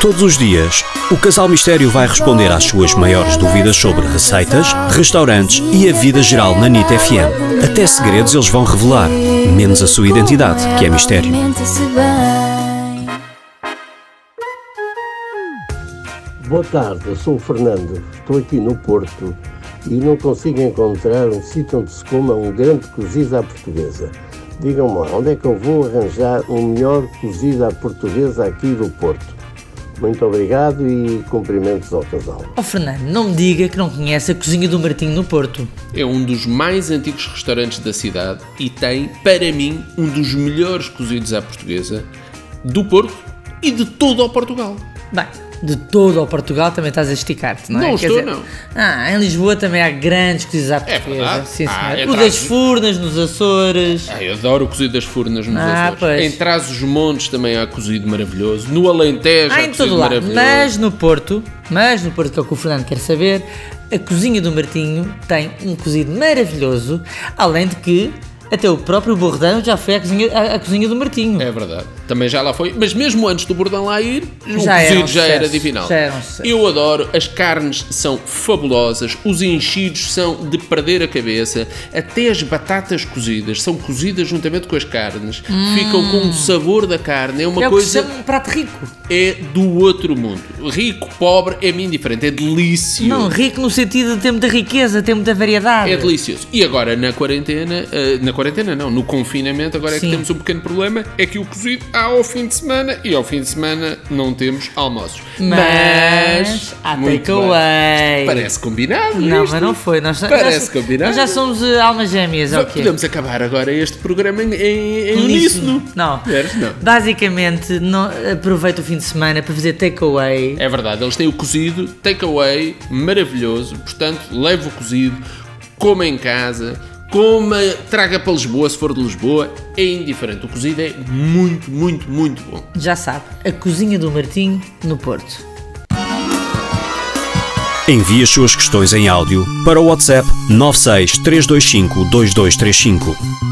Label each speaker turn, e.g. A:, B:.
A: Todos os dias, o Casal Mistério vai responder às suas maiores dúvidas sobre receitas, restaurantes e a vida geral na NIT FM. Até segredos eles vão revelar, menos a sua identidade, que é mistério.
B: Alimenta-se bem.
C: Boa tarde, eu sou o Fernando, estou aqui no Porto e não consigo encontrar um sítio onde se coma um grande cozido à portuguesa. Digam-me lá, onde é que eu vou arranjar um melhor cozido à portuguesa aqui do Porto? Muito obrigado e cumprimentos ao casal.
D: Oh Fernando, não me diga que não conhece a cozinha do Martinho no Porto.
E: É um dos mais antigos restaurantes da cidade e tem, para mim, um dos melhores cozidos à portuguesa do Porto e de todo o Portugal.
D: Bem, de todo ao Portugal também estás a esticar-te, não é?
E: Não estou, não. É
D: Ah, em Lisboa também há grandes coisas à portuguesa.
E: verdade.
D: Sim,
E: Ah,
D: senhor.
E: é
D: no das
E: trágico.
D: Furnas, nos Açores.
E: Ah, eu adoro o cozido das furnas nos
D: Ah,
E: Açores.
D: pois.
E: Em trás os montes também há cozido maravilhoso. No Alentejo
D: Há
E: há
D: Ah, em
E: cozido
D: todo lado.
E: maravilhoso.
D: Mas no Porto, mas no Porto, que é o que o Fernando quer saber, a cozinha do Martinho tem um cozido maravilhoso, além de que até o próprio Bordão já foi à cozinha, à- à cozinha do Martinho.
E: É verdade. Também já lá foi. Mas mesmo antes do bordão lá ir,
D: Já
E: o
D: era
E: cozido
D: um
E: já era
D: sucesso.
E: divinal.
D: Já era um sucesso.
E: Eu adoro. As carnes são fabulosas. Os enchidos são de perder a cabeça. Até as batatas cozidas são cozidas juntamente com as carnes. Ficam com o sabor da carne. É uma
D: Hum. É o que se
E: coisa...
D: chama um prato rico.
E: É do outro mundo. Rico, pobre, é-me indiferente. É delicioso.
D: Não, rico no sentido de ter muita riqueza, ter muita variedade.
E: É delicioso. E agora na quarentena, eh, na quarentena não, no confinamento, agora é
D: Sim.
E: que temos um pequeno problema, é que o cozido há ao fim de semana e ao fim de semana não temos almoços.
D: Mas há
E: muito
D: takeaway.
E: bem. Parece combinado.
D: Não,
E: isto.
D: mas não foi. Nós,
E: Parece
D: nós,
E: combinado.
D: Nós já somos eh, almas gêmeas, é o quê?
E: Podemos acabar agora este programa em, em, em uníssono.
D: Não.
E: Queres? Não.
D: Basicamente, não, aproveita o fim de semana para fazer takeaway.
E: É verdade, eles têm o cozido, takeaway, maravilhoso. Portanto, leve o cozido, coma em casa, coma, traga para Lisboa se for de Lisboa, é indiferente. O cozido é muito, muito, muito bom.
D: Já sabe, a cozinha do Martim no Porto.
A: Envie as suas questões em áudio para o WhatsApp 963252235.